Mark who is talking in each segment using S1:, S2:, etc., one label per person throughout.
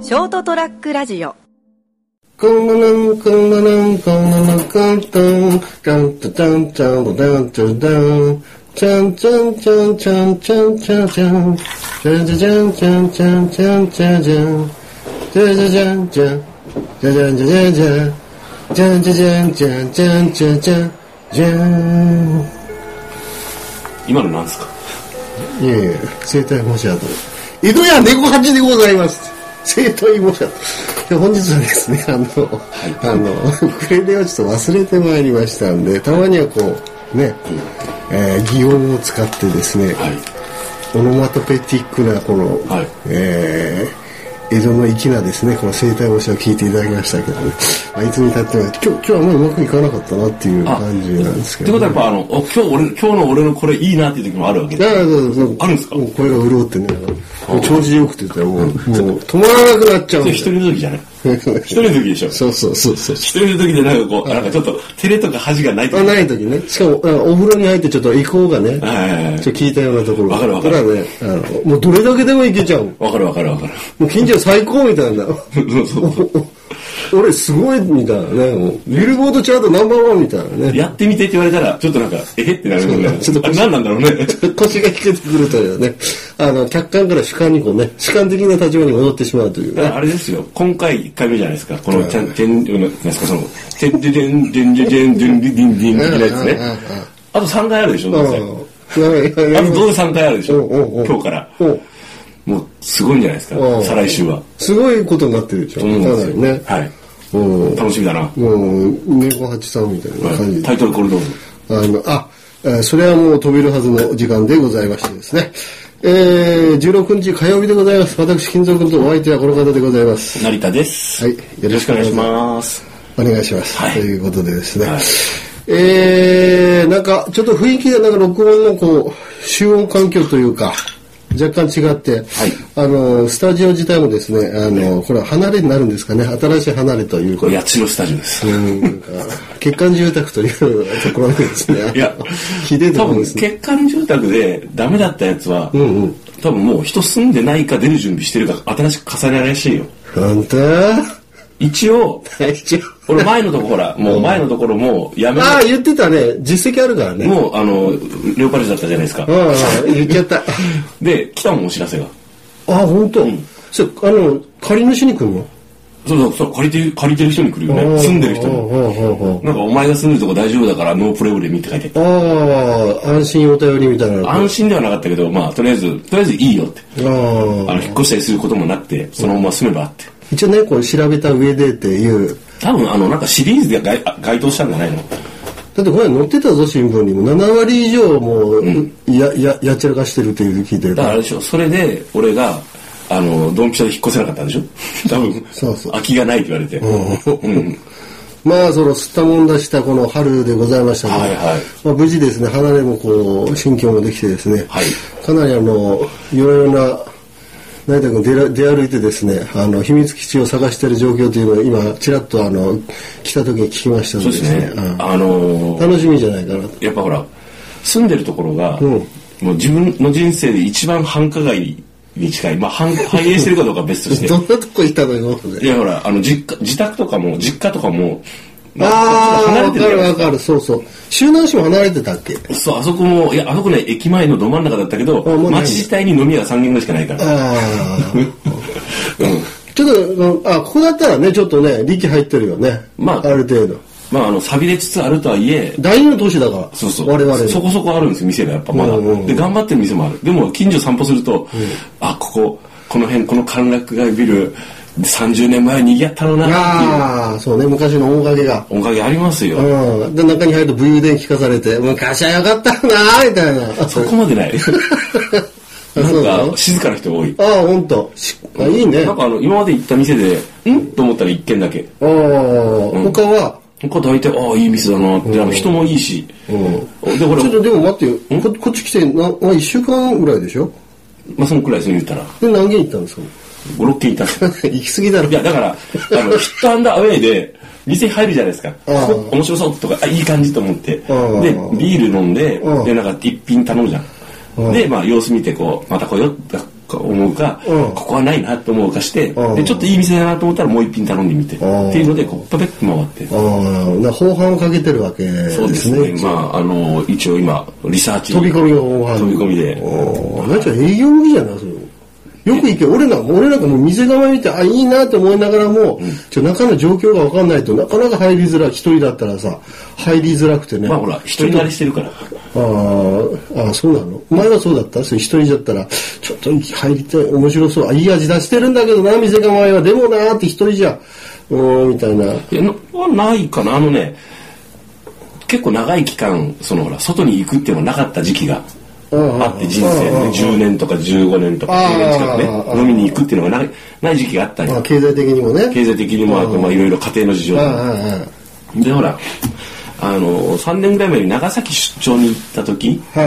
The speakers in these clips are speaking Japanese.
S1: ショートトラックラジオ
S2: こんなのんこんなのんこんなのかんとんかんとたんちゃんとたんちゃんたんちゃんちゃんちゃんちゃんちゃんちゃんちゃんちゃんちゃんちゃんちゃんちゃんちゃんちゃんちゃんちゃんちゃんちゃんちゃんちゃんちゃんじゃんじゃじゃんじゃんじゃんじゃんじゃんじゃん
S3: 今のなんですか
S2: いやいや生体模写と江戸屋猫八でございます生体模写で本日はですねあの、あのウクレレをちょっと忘れてまいりましたんでたまにはこうね、えー擬音を使ってですね、
S3: はい
S2: オノマトペティックなこの、
S3: はい
S2: えー江戸の粋なですねこの生体模写を聞いていただきましたけど、ね、まあいつにたっても今日今日はあんまりうまくいかなかったなっていう感じなんですけ
S3: っ
S2: ど
S3: て
S2: ね、
S3: ことはやっぱあのお今日俺今日の俺のこれいいなっていう時もあるわけ
S2: いや
S3: で
S2: いやそうそう
S3: あるんですか
S2: もうこれが潤ってね、もう調子よくて言ったらもう、もう止まらなくなっちゃうんだよ
S3: それ 一人の時じゃない一人の時でしょ
S2: そうそうそうそう。
S3: 一人の時でなんかこうなんかちょっと照れとか恥がないと
S2: あない時ね。しかも、あお風呂に入ってちょっと移行がね、
S3: はいはいはい
S2: ちょっと効いたようなところ。
S3: わかるわかる
S2: だからね、あの、もうどれだけでもいけちゃう。
S3: わかるわかるわかる
S2: もう近所最高みたいな。
S3: そうそうそう
S2: 俺すごいみたいなね、もう。ビルボードチャートナンバーワンみたいなね。
S3: やってみてって言われたらちょっとなんかえってなるもんね
S2: そうちょっと
S3: あれ何なんだろうね
S2: 腰が引けてくるというね、あの、客観から主観にこうね、主観的な立場に戻ってしまうという
S3: だか
S2: ね。
S3: らあれですよ今回1回目じゃないですかこのちゃんてんなんですかそのてんてんてんてんてんてんてんてんてんてん的なやつねあと3回あるでしょどうせ
S2: うんやばいやばいや
S3: あ
S2: ばい
S3: とどうせ3回あるでし
S2: おうおうお
S3: ょ
S2: う
S3: 今日から
S2: おう
S3: もうすごいんじゃないです
S2: お
S3: か
S2: う
S3: 再来週は
S2: すごいことになってるでしょ、
S3: と思うん
S2: か
S3: で
S2: な
S3: すよ
S2: りね。
S3: はい
S2: うん
S3: 楽しみだな、は
S2: もう、猫八さんみたいな感
S3: い、
S2: じで。
S3: タイトルコールどうぞ
S2: あの、あ、えーそれはもう飛べるはずの時間でございましてですね。えー、16日火曜日でございます。私、金蔵君とお相手はこの方でございます。
S3: 成田です、
S2: はい
S3: よろしくお願いします
S2: お願いします。
S3: はい
S2: ということでですね。
S3: はい
S2: えー、なんか、ちょっと雰囲気がなんか録音のこう、集音環境というか、若干違って、あの、スタジオ自体もですね、あの、これは離れになるんですかね、新しい離れというこ
S3: こ
S2: と
S3: れ
S2: で、
S3: 八代スタジオです、
S2: うんなんか欠陥住宅というところでですね、
S3: いや
S2: ひでえと
S3: 多
S2: ころ
S3: 分
S2: ですね。
S3: 欠陥住宅でダメだったやつは、
S2: んうん
S3: 多分もう人住んでないか出る準備してるか新しく重ねられしいよ
S2: なんて
S3: 一応
S2: 大丈
S3: 俺前のとこほらもう前のところもうやめ
S2: 夫。ああ、言ってたね。実績あるからね。
S3: もうあのレオパルジだったじゃないですか
S2: うんうん、言っちゃ った。
S3: で来たもんお知らせが
S2: ああ、ほんと
S3: ん。
S2: そう、あの、借り主に来るの
S3: そうそうそう借りてる借りてる人に来るよね住んでる人
S2: ああ
S3: に
S2: ああああ
S3: なんかお前が住んでるとこ大丈夫だからノープレブレミって書いてあって
S2: ああ、安心お便りみたいなの。あ
S3: 安心ではなかったけど、まあ、とりあえず、とりあえずいいよって。あ
S2: あ。
S3: の、引っ越したりすることもなくて、そのまま住めばって。
S2: 一応ね、こう調べた上でっていう。
S3: 多分、あの、なんかシリーズで該該当したんじゃないの
S2: だってこれ載ってたぞ、新聞にも。7割以上もう、や、や、やっちゃらかしてるっていうの聞いてるか
S3: だからあ
S2: ら。
S3: れでしょ、それで、俺が、あの、ドンピシャで引っ越せなかったんでしょ多分、
S2: そうそう
S3: 空きがないって言われて。うん。
S2: まあ、その、吸ったもんだしたこの春でございましたの
S3: は
S2: で、
S3: いはい
S2: まあ、無事ですね、離れもこう、心境もできてですね、
S3: はい
S2: かなりあの、いろいろな、成田君出ら出歩いてですね、あの、秘密基地を探している状況というのを今、ちらっとあの、来た時に聞きましたの
S3: そ
S2: で
S3: うですね。
S2: うん
S3: あのー、
S2: 楽しみじゃないかなと。
S3: やっぱほら、住んでるところが、
S2: うん
S3: もう自分の人生で一番繁華街に近い。まあ、繁繁栄してるかどうかは別として。
S2: どんなとこ行ったのよ、今ま
S3: い
S2: で。
S3: やほら、あの、実家、自宅とかも、実家とかも、ま
S2: ああ、
S3: ちょ
S2: わ
S3: っと
S2: か
S3: 離れて
S2: る
S3: る
S2: わかる、そうそう。周南市も離れてたっけ
S3: そう、あそこも、いや、あそこね、駅前のど真ん中だったけど
S2: あもう、ない
S3: 町自体に飲み屋が3軒ぐらいしかないから。
S2: ああ。
S3: うん。
S2: ちょっと、うんあ、ここだったらね、ちょっとね、力入ってるよね。
S3: まあ
S2: ある程度。
S3: まあ、あの、錆びれつつあるとはいえ、
S2: 第二の都市だから。
S3: そうそう。
S2: 我々の
S3: そこそこあるんですよ、店がやっぱまだ
S2: うんうんうん。
S3: で、頑張ってる店もある。でも、近所散歩すると、あ、ここ、この辺、この歓楽街ビル、30年前は賑やったろうな、っていう。
S2: ああ、そうね、昔の面影が。
S3: おかげありますよ。
S2: うん。で、中に入ると武勇伝聞かされて、昔はよかったなーみたいな。
S3: そこまでない。
S2: あそうな
S3: なん
S2: の
S3: か、静かな人が多い。
S2: ああ、ほんと。しあいいね。
S3: な
S2: あ
S3: んかあの、今まで行った店で、んと思ったら1軒だけ。
S2: あ、他は、
S3: なんか大体、ああ、いい店だなって、あの人もいいし。で、ほら
S2: ちょっ、とでも待ってよ。ここっち来てな、まあ、1週間ぐらいでしょ
S3: まあ、そのくらいですね、言ったら。
S2: で、何軒行ったんですか
S3: 5、6軒行ったんです
S2: 行き過ぎだろ。
S3: いや、だから、あの、ヒットアンダーアウェイで、店入るじゃないですか。
S2: うん
S3: ここ面白そうとか、あ、いい感じと思って。で
S2: うん、
S3: ビール飲んで
S2: うん、
S3: で、なんか一品頼むじゃん。で、まあ、様子見て、こう、また来よう、思うか、
S2: うん
S3: ここはないなと思うかして、
S2: うん
S3: でちょっといい店だなと思ったらもう一品頼んでみて、
S2: ん
S3: っていうのでこうパペッと回って、
S2: ああ、な後半をかけてるわけで
S3: そうですす
S2: ね。
S3: ねまああの一応今リサーチ
S2: 飛び込みの後半。
S3: 飛び込みで
S2: ああ、なんか営業向きじゃないそれ。よく行け、俺なんか、俺なんかもう店構え見て、あ、いいなって思いながらも、ちょ、中の状況がわかんないとなかなか入りづらい。一人だったらさ、入りづらくてね。
S3: まあほら一人慣れしてるから
S2: あーあ、そうなの前はそうだったそれ一人だったら、ちょっと入りたい、面白そう。あ、いい味出してるんだけどな、店構えは。でもなーって一人じゃ、うーん、みたいな。
S3: いやなはないかなあのね結構長い期間そのほら外に行くっていうのがなかった時期が
S2: うん
S3: あって人生で
S2: うんうん
S3: 10年とか15年とか
S2: あー
S3: 10年近く
S2: あ
S3: ね
S2: ー
S3: 飲みに行くっていうのがないない時期があったん
S2: まあ、
S3: よ
S2: 経済的にもね。
S3: 経済的にもあとまあいろいろ家庭の事情
S2: う
S3: で
S2: んうんうん。
S3: でほらあの3年ぐらい前に長崎出張に行った時
S2: は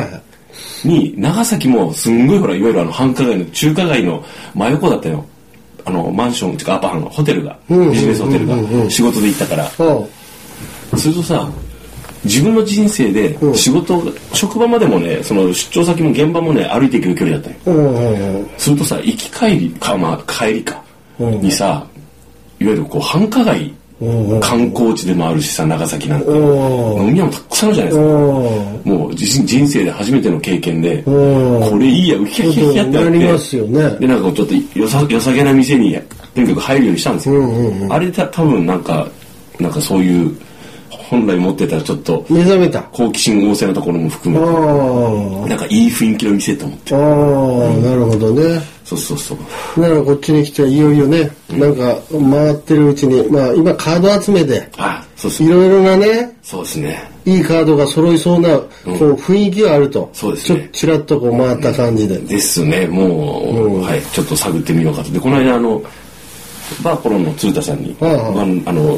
S2: い。
S3: に長崎もすんごいほらいわゆるあの繁華街の中華街の真横だったよあのマンションっていうかアパートのホテルがビ
S2: うんうん
S3: ジネスホテルが
S2: うんうんうん
S3: 仕事で行ったから
S2: うん。
S3: するとさ自分の人生で
S2: うん
S3: 仕事、職場までもねその出張先も現場もね歩いていける距離だったよ
S2: うんうんうん。
S3: するとさ行き帰りかまあ帰りか、
S2: うん
S3: にさいわゆるこう繁華
S2: う
S3: 街、
S2: んうん
S3: 観光地でもあるしさ長崎なんて、
S2: うん
S3: 飲み屋もたくさんあるじゃないですか、
S2: うん。
S3: もう人人生で初めての経験で、
S2: うん
S3: これいいやウキャキャキャってな
S2: な
S3: って
S2: りますよね。
S3: でなんかちょっとよさよさげな店にとにかく入るようにしたんですよ、
S2: うんうん
S3: あれた多分なんかなんかそういう本来持ってたちょっと
S2: 目覚めた。あ
S3: 好奇心旺盛なところも含
S2: あ。ああ
S3: め、なんかいい雰囲気の店と思って、
S2: なるほどね。
S3: そうそうそう
S2: ならこっちに来て、いよいよね、なんか回ってるうちに、まあ今カード集めで、
S3: あそうです
S2: い
S3: ね
S2: ろいろなね、
S3: そうですね
S2: いいカードが揃いそうな、こう雰囲気があると。
S3: そうですね
S2: ちょっとちらっとこう回った感じで。
S3: ですねもう、はいちょっと探ってみようかとでこの間あのバーコロンの鶴田さんに、
S2: はいはい
S3: あのあの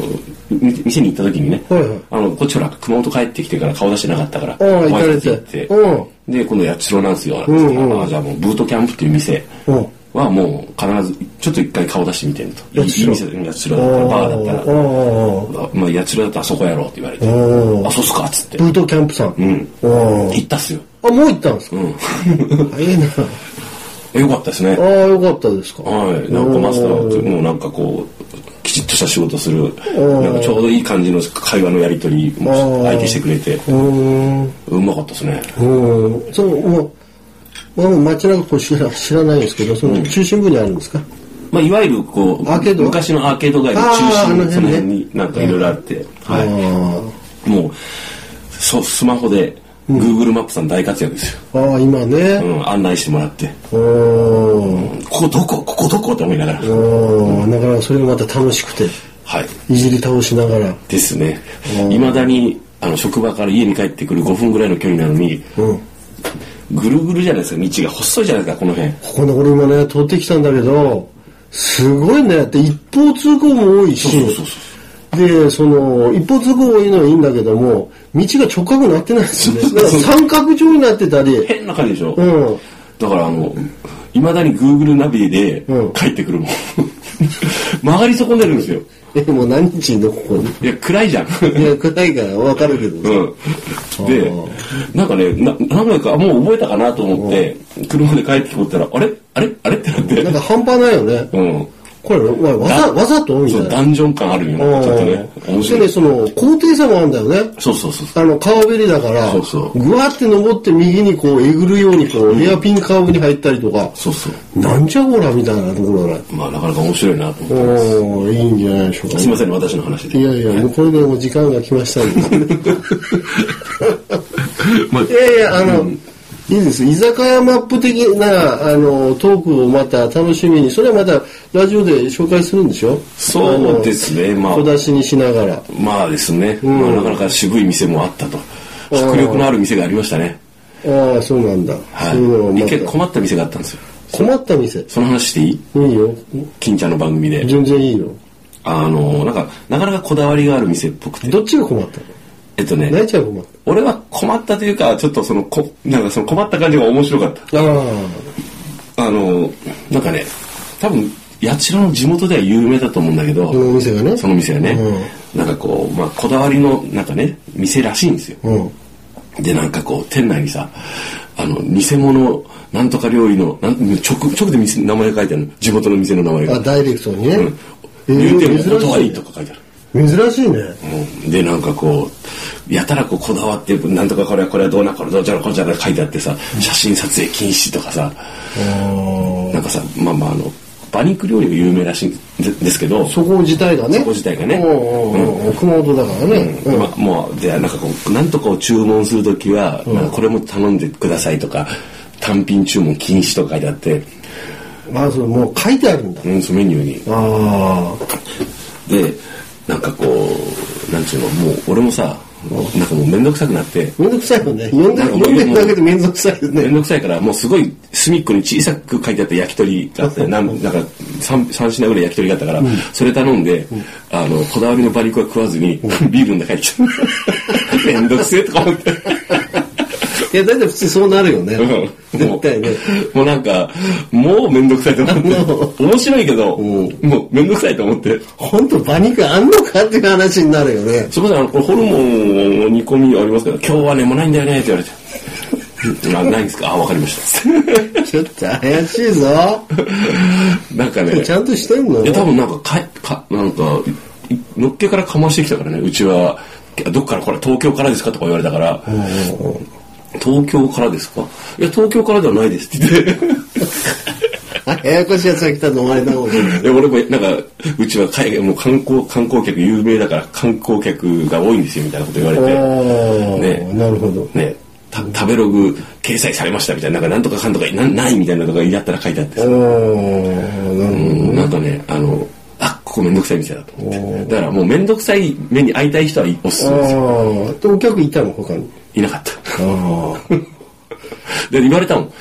S3: み店に行った時にね、
S2: はいはい
S3: あのこっちほら熊本帰ってきてから顔出してなかったから
S2: うん行かれて
S3: 行って
S2: うん
S3: で今度八代なんですよなんて言ったら
S2: うんうん
S3: あじゃあもうブートキャンプっていう店
S2: うん。
S3: はもう必ずちょっと一回顔出してみてるといい
S2: 八代
S3: いい店だよ八代だったらバーだった
S2: う
S3: ら
S2: んうんうん
S3: まあ、八代だったらあそこやろうって言われて
S2: うん
S3: あそうっすかっつって
S2: ブートキャンプさん。
S3: うん
S2: うん
S3: 行ったっすよ
S2: あ、もう行ったんですか
S3: うん
S2: いいな。
S3: よかったですね
S2: ああ、よかったですか。
S3: はい、なんかマスターもうなんかこうきちっとした仕事するなんかちょうどいい感じの会話のやり取りも相手してくれて
S2: うーん。
S3: うまかったですね
S2: うん。そう、もう、まあ、街中こう知ら知らないんですけど、その中心部にあるんですか、
S3: まあ、いわゆるこう
S2: アーケード
S3: 昔のアーケード街の中
S2: あーあ
S3: 心
S2: の辺
S3: に
S2: ね
S3: その辺になんかいろいろあって、は
S2: あ
S3: い、もうそうスマホで Google マップさん大活躍ですよ、
S2: あああ、今
S3: う
S2: ね。
S3: ん、案内してもらって
S2: うーん。
S3: ここどこここどこって思いながら、
S2: うん。だからそれがまた楽しくて、
S3: はい
S2: いじり倒しながら。
S3: ですねいまだにあの職場から家に帰ってくる5分ぐらいの距離なのに、
S2: うん。
S3: ぐるぐるじゃないですか道が細いじゃないですかこの辺
S2: ここの俺今ね、通ってきたんだけど、すごいね。で、一方通行も多いし、
S3: そう
S2: で、その、一方通行多いのはいいんだけども、道が直角になってないですね。
S3: そう
S2: だから三角状になってたり、
S3: 変な感じでしょ、
S2: うん。
S3: だからあのいまだに Google ナビで
S2: うん
S3: 帰ってくるもん 曲がり損ねるんですよ
S2: え、もう何日いんのここに。
S3: いや暗いじゃん
S2: いや、暗いからわかるけど。
S3: うん、でなんかねな何回かもう覚えたかなと思って車で帰ってこったらあれあれあれってなって
S2: なんか半端ないよね。
S3: うん
S2: これ、わわざ、わざとみた
S3: そ
S2: いうな。
S3: ダンジョン感あるよねちょっとね
S2: うん
S3: 面
S2: で
S3: 白
S2: ね、
S3: い
S2: その、高低差もあるんだよね。
S3: そうそうそう
S2: あの、川べりだから、
S3: そうそう
S2: ぐわって登って右にこう、えぐるようにこう、ヘアピンカーブに入ったりとか、
S3: そうそう
S2: なんじゃこらみたいなところだね。
S3: まあなかなか面白いなと思って
S2: おー、いいんじゃないでしょうか。
S3: すいませんね私の話で
S2: いやいや、もうこれでもう時間が来ましたんで。
S3: まあ
S2: いやいや、あの、いいです。居酒屋マップ的な、あの、トークをまた楽しみに、それはまたラジオで紹介するんでしょ
S3: そうですね
S2: あの
S3: まあ
S2: 小出しにしながら。
S3: まあですね、まあ、なかなか渋い店もあったと迫力のある店がありましたね、
S2: ああ、そうなんだ。
S3: は
S2: そういうのを
S3: い、
S2: ま
S3: 一回
S2: た
S3: 困った店があったんですよ
S2: 困った店。い
S3: その話していい
S2: いよ。
S3: 金ちゃんの番組で
S2: 全然いいよ。
S3: あのなんかなかなかこだわりがある店っぽくて
S2: どっちが困ったの
S3: えっとね
S2: 泣いちゃう困っ。
S3: 俺は困ったというかちょっとそのこなんかその困った感じが面白かった
S2: ああ。
S3: たあのなんかね多分八代の地元では有名だと思うんだけど、
S2: このお店がね。
S3: その店はね、
S2: う
S3: なんかこう、まあ、こだわりのなんかね店らしいんですよ
S2: うん。
S3: でなんかこう店内にさああの偽物なんとか料理のなん直直で店名前書いてあるの地元の店の名前
S2: あ
S3: が
S2: ダイレクトにね、
S3: うん
S2: えー
S3: 入店もお断
S2: 珍し
S3: り
S2: い
S3: とか書いてある
S2: 珍しいね
S3: うんでなんかこうやたらこうこだわってなんとかこれはこれはどうなこれどうじゃらこれじゃら書いてあってさ写真撮影禁止とかさなんかさまあまああの馬肉料理が有名らしいんですけど
S2: そこ自体がね
S3: そこ自体がね
S2: おうおうおう熊本だからね、うん
S3: まあ、もうでなんかこうなんとかを注文するときは、なんかこれも頼んでくださいとか単品注文禁止とか書いてあって、
S2: まあそれもう書いてあるんだ
S3: うん、そのメニューに
S2: あ
S3: でなんかこうなんちゅうのもう俺もさなんかもう面倒くさくなって
S2: あめんどくさいよね読んで
S3: なんかもう
S2: 読んでるだけでめんどくさいよ
S3: 面
S2: ね
S3: 倒くさいからもうすごい隅っこに小さく書いてあった焼き鳥があってなんなんか 3, 三品ぐらい焼き鳥があったから、それ頼んで、あのこだわりの馬肉は食わずに、ビールの中に入っちゃった面倒くせえとか思って。
S2: いや大体普通そうなるよね
S3: うん
S2: 絶対ね
S3: もうなんか、もうめんどくさいと思
S2: も
S3: って。面白いけど、もうめんどくさいと思って。
S2: 本当馬肉あんのかっていう話になるよね
S3: そこで、あの、これホルモンの煮込みありますけど、今日はね、もうないんだよねって言われて。 なないんですかあ、わかりま し た。
S2: ちょっと怪しいぞ
S3: なんかね、
S2: ちゃんとしてんの
S3: いや、多分なんか、かい、か、なんか、いのっけからかましてきたからね、うちは、どっから、これ東京からですかとか言われたから、東京からですかいや、東京からではないですって言って。
S2: あややこしいやつが来たと思われたもんね
S3: で俺もなんかうちは海外もう観光観光客有名だから観光客が多いんですよみたいなこと言われ
S2: お
S3: て
S2: ー
S3: ね
S2: なるほど
S3: ねた食べログ掲載されましたみたいななんかなんとかかんとかなないみたいなのがやったら書いてあって
S2: お
S3: さ、
S2: ーなるほど
S3: うんなんかねあのあここめんどくさい店だと思ってだからもうめんどくさい目に会いたい人はおすすめですよ
S2: ああ、でお客いたの他に。
S3: いなかった
S2: ああ、
S3: で言われたもん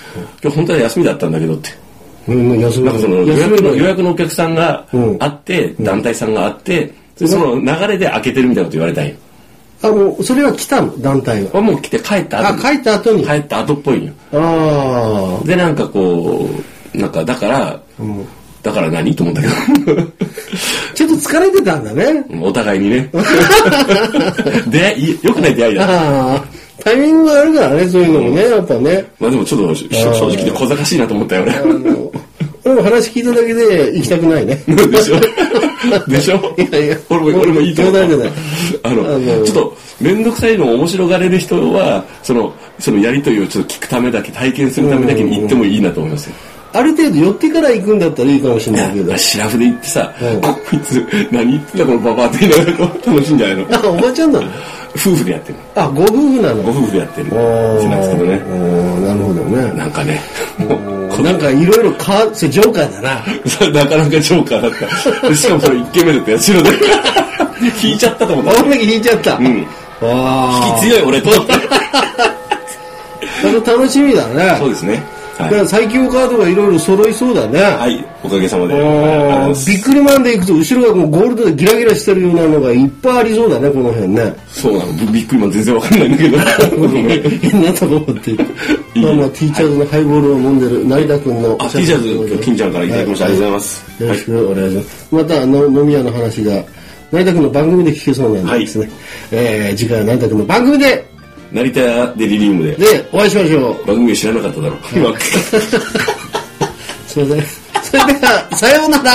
S3: 今日本当は休みだったんだけどって
S2: うん、休み
S3: なんかその予
S2: 休
S3: 約
S2: み
S3: の
S2: の
S3: 予約のお客さんが
S2: うん
S3: あって、団体さんがあってでその流れで開けてるみたいなこと言われたんよ
S2: あ、もう、それは来たの、団体が。
S3: あもう来て帰った
S2: あ、
S3: 後
S2: 帰った後に。
S3: 帰った後っぽいんよ
S2: あ
S3: でなんかこうなんかだから、だから何と思ったけ
S2: あ、ちょっと疲れてたんだね。
S3: どお互いにね 出会いよくない出会い だ
S2: ああ、タイミングがあるからね、そういうのもね、やっぱね。
S3: まあでもちょっとし正直で小賢しいなと思ったよね
S2: あの俺も話聞いただけで行きたくないね。
S3: でしょでしょ
S2: いやいや
S3: 俺も俺もいいと思う
S2: 冗談じゃない
S3: あの
S2: あの
S3: ちょっと面倒くさいのを面白がれる人はそのそのやりとりをちょっと聞くためだけ体験するためだけに行ってもいいなと思いますよ
S2: ある程度寄ってから行くんだったらいいかもしれないけど。
S3: シラフで行ってさ、
S2: うん
S3: こいつ何言ってんだこのババアって言いながらこう楽しいんじゃないの
S2: あ、おばちゃんなの
S3: 夫婦でやってる
S2: あ、ご夫婦なの。
S3: ご夫婦でやってる
S2: あー
S3: そうなんですけどね
S2: あーなるほどね。
S3: なんかねもうこ
S2: なんかいろいろ変わって、ジョーカーだな。
S3: なかなかジョーカーだったでしかもそれ一軒目だったやつ白で 引いちゃったと思っ
S2: あ
S3: た
S2: 俺だけ引いちゃった。
S3: ん
S2: あ
S3: 強い俺 と思って
S2: あ。それ楽しみだね。
S3: そうですねは
S2: だ
S3: い
S2: か、ら最強カードがいろいろ揃いそうだね。
S3: はい、おかげさまで
S2: あ
S3: あの
S2: ービックリマンで行くと後ろがもうゴールドでギラギラしてるようなのがいっぱいありそうだね、この辺ね。
S3: そうなのびびっくりマン全然わかんないんだ けどごめん
S2: 変なとこ持っていく。
S3: いい
S2: まあまあ T チャーズのハイボールを飲んでる成田君の
S3: あ T シャツ今日金ちゃんからいただきましたありがとうございます
S2: よろしくお願いします。またあの飲み屋の話が成田君の番組で聞けそうなんですね。えー次回は成田君の番組で
S3: 成田デリリウムで
S2: でお会いしましょう。
S3: 番組を知らなかっただ ろう今
S2: すいません。それでは、さようなら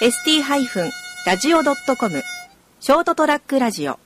S1: ー ST-radio.com ショートトラックラジオ